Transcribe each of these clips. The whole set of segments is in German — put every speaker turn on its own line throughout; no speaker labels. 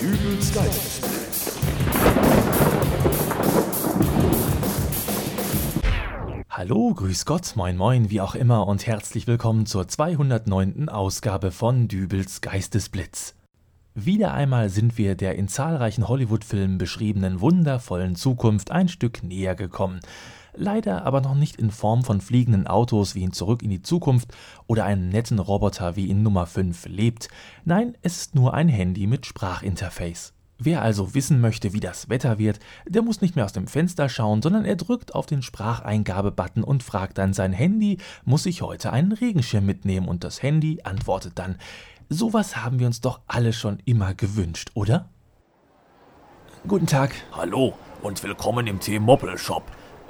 des Geistes.
Hallo, grüß Gott, moin moin, wie auch immer und herzlich willkommen zur 209. Ausgabe von Dübels Geistesblitz. Wieder einmal sind wir der in zahlreichen Hollywood-Filmen beschriebenen wundervollen Zukunft ein Stück näher gekommen. Leider aber noch nicht in Form von fliegenden Autos wie in Zurück in die Zukunft oder einem netten Roboter wie in Nummer 5 lebt. Nein, es ist nur ein Handy mit Sprachinterface. Wer also wissen möchte, wie das Wetter wird, der muss nicht mehr aus dem Fenster schauen, sondern er drückt auf den Spracheingabe-Button und fragt dann sein Handy, muss ich heute einen Regenschirm mitnehmen? Und das Handy antwortet dann, sowas haben wir uns doch alle schon immer gewünscht, oder? Guten Tag.
Hallo und willkommen im T-Moppel-Shop.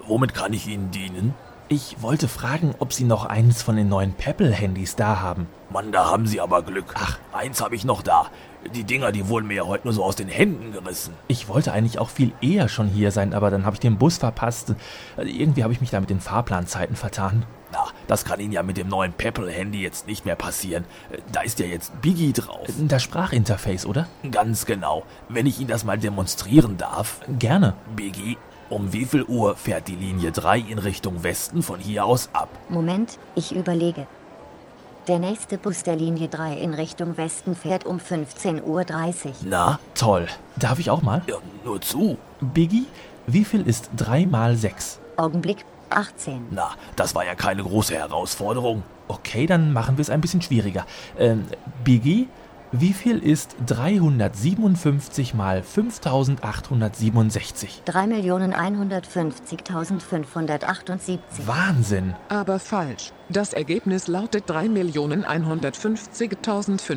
Womit kann ich Ihnen dienen?
Ich wollte fragen, ob Sie noch eines von den neuen Pebble-Handys da haben.
Mann, da haben Sie aber Glück. Ach, eins habe ich noch da. Die Dinger, die wurden mir ja heute nur so aus den Händen gerissen.
Ich wollte eigentlich auch viel eher schon hier sein, aber dann habe ich den Bus verpasst.
äh,
Irgendwie habe ich mich da mit den Fahrplanzeiten vertan.
Na, das kann Ihnen ja mit dem neuen Pebble-Handy jetzt nicht mehr passieren. Äh, Da ist ja jetzt Biggie drauf.
Äh, Das Sprachinterface, oder?
Ganz genau. Wenn ich Ihnen das mal demonstrieren darf.
Gerne.
Biggie, um wie viel Uhr fährt die Linie 3 in Richtung Westen von hier aus ab?
Moment, ich überlege. Der nächste Bus der Linie 3 in Richtung Westen fährt um 15.30 Uhr.
Na,
Toll. Darf ich auch mal?
ja, nur zu.
Biggie, wie viel ist 3 mal 6?
Augenblick 18.
Na, das war ja keine große Herausforderung.
Okay, dann machen wir es ein bisschen schwieriger. Ähm, Biggie, wie viel ist 357 mal 5867?
3.150.578.
Wahnsinn.
Aber falsch. Das Ergebnis lautet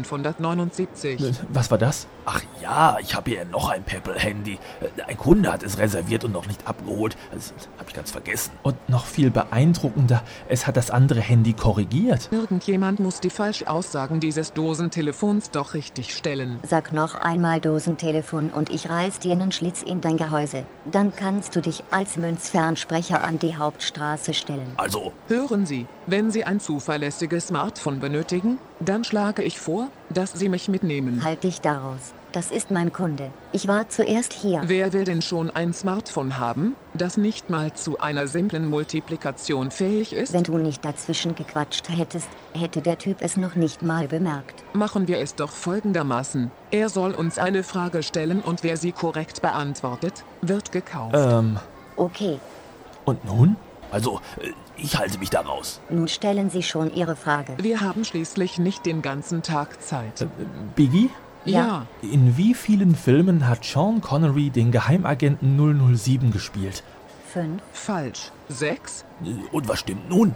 3.150.579.
Was war das?
Ach ja, ich habe hier noch ein Pebble-Handy. Äh, Ein Kunde hat es reserviert und noch nicht abgeholt. Das habe ich ganz vergessen.
Und noch viel beeindruckender, es hat das andere Handy korrigiert.
Irgendjemand muss die Falschaussagen dieses Dosentelefons doch richtig stellen.
Sag noch einmal Dosentelefon und ich reiß dir einen Schlitz in dein Gehäuse. Dann kannst du dich als Münzfernsprecher an die Hauptstraße stellen.
Also,
Hören Sie, wenn Sie ein zuverlässiges Smartphone benötigen, dann schlage ich vor, dass Sie mich mitnehmen.
Halt dich daraus. Das ist mein Kunde. Ich war zuerst hier.
Wer will denn schon ein Smartphone haben, das nicht mal zu einer simplen Multiplikation fähig ist?
Wenn du nicht dazwischen gequatscht hättest, hätte der Typ es noch nicht mal bemerkt.
Machen wir es doch folgendermaßen. Er soll uns eine Frage stellen und wer sie korrekt beantwortet, wird gekauft.
Ähm,
Okay,
und nun?
also, äh, ich halte mich da raus.
nun stellen Sie schon Ihre Frage.
Wir haben schließlich nicht den ganzen Tag Zeit.
Äh, Biggie?
Ja.
In wie vielen Filmen hat Sean Connery den Geheimagenten 007 gespielt?
Fünf.
falsch. Sechs?
Äh, Und was stimmt nun?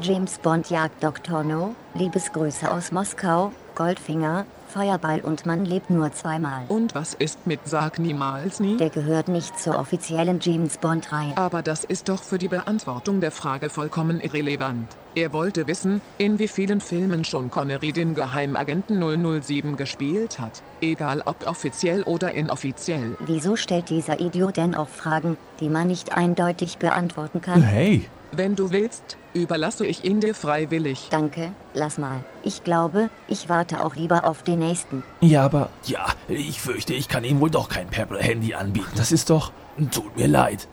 James Bond jagt Dr. No, Liebesgrüße aus Moskau, Goldfinger, Feuerball und man lebt nur zweimal.
Und was ist mit Sag niemals nie?
Der gehört nicht zur offiziellen James Bond-Reihe.
Aber das ist doch für die Beantwortung der Frage vollkommen irrelevant. Er wollte wissen, in wie vielen Filmen schon Connery den Geheimagenten 007 gespielt hat. Egal ob offiziell oder inoffiziell.
Wieso stellt dieser Idiot denn auch Fragen, die man nicht eindeutig beantworten kann?
Hey,
Wenn du willst, überlasse ich ihn dir freiwillig.
Danke, lass mal. Ich glaube, ich warte auch lieber auf den nächsten.
ja, aber
Ja, ich fürchte, ich kann Ihnen wohl doch kein Pebble-Handy anbieten.
das ist doch
Tut mir leid.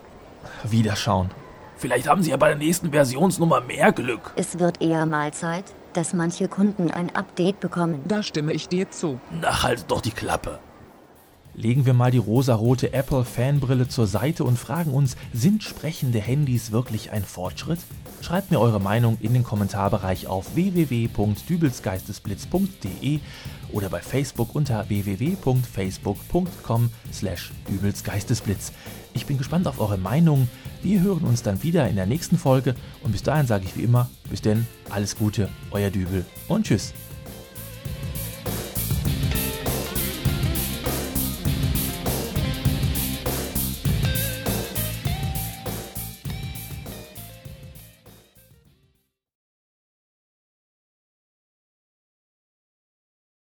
wieder Sean.
Vielleicht haben Sie ja bei der nächsten Versionsnummer mehr Glück.
Es wird eher mal Zeit, dass manche Kunden ein Update bekommen.
Da stimme ich dir zu.
Na, halt doch die Klappe.
Legen wir mal die rosarote Apple-Fanbrille zur Seite und fragen uns, sind sprechende Handys wirklich ein Fortschritt? Schreibt mir eure Meinung in den Kommentarbereich auf www.dübelsgeistesblitz.de oder bei Facebook unter www.facebook.com slash dübelsgeistesblitz. Ich bin gespannt auf eure Meinung. Wir hören uns dann wieder in der nächsten Folge und bis dahin sage ich wie immer, bis denn, alles Gute, euer Dübel und tschüss.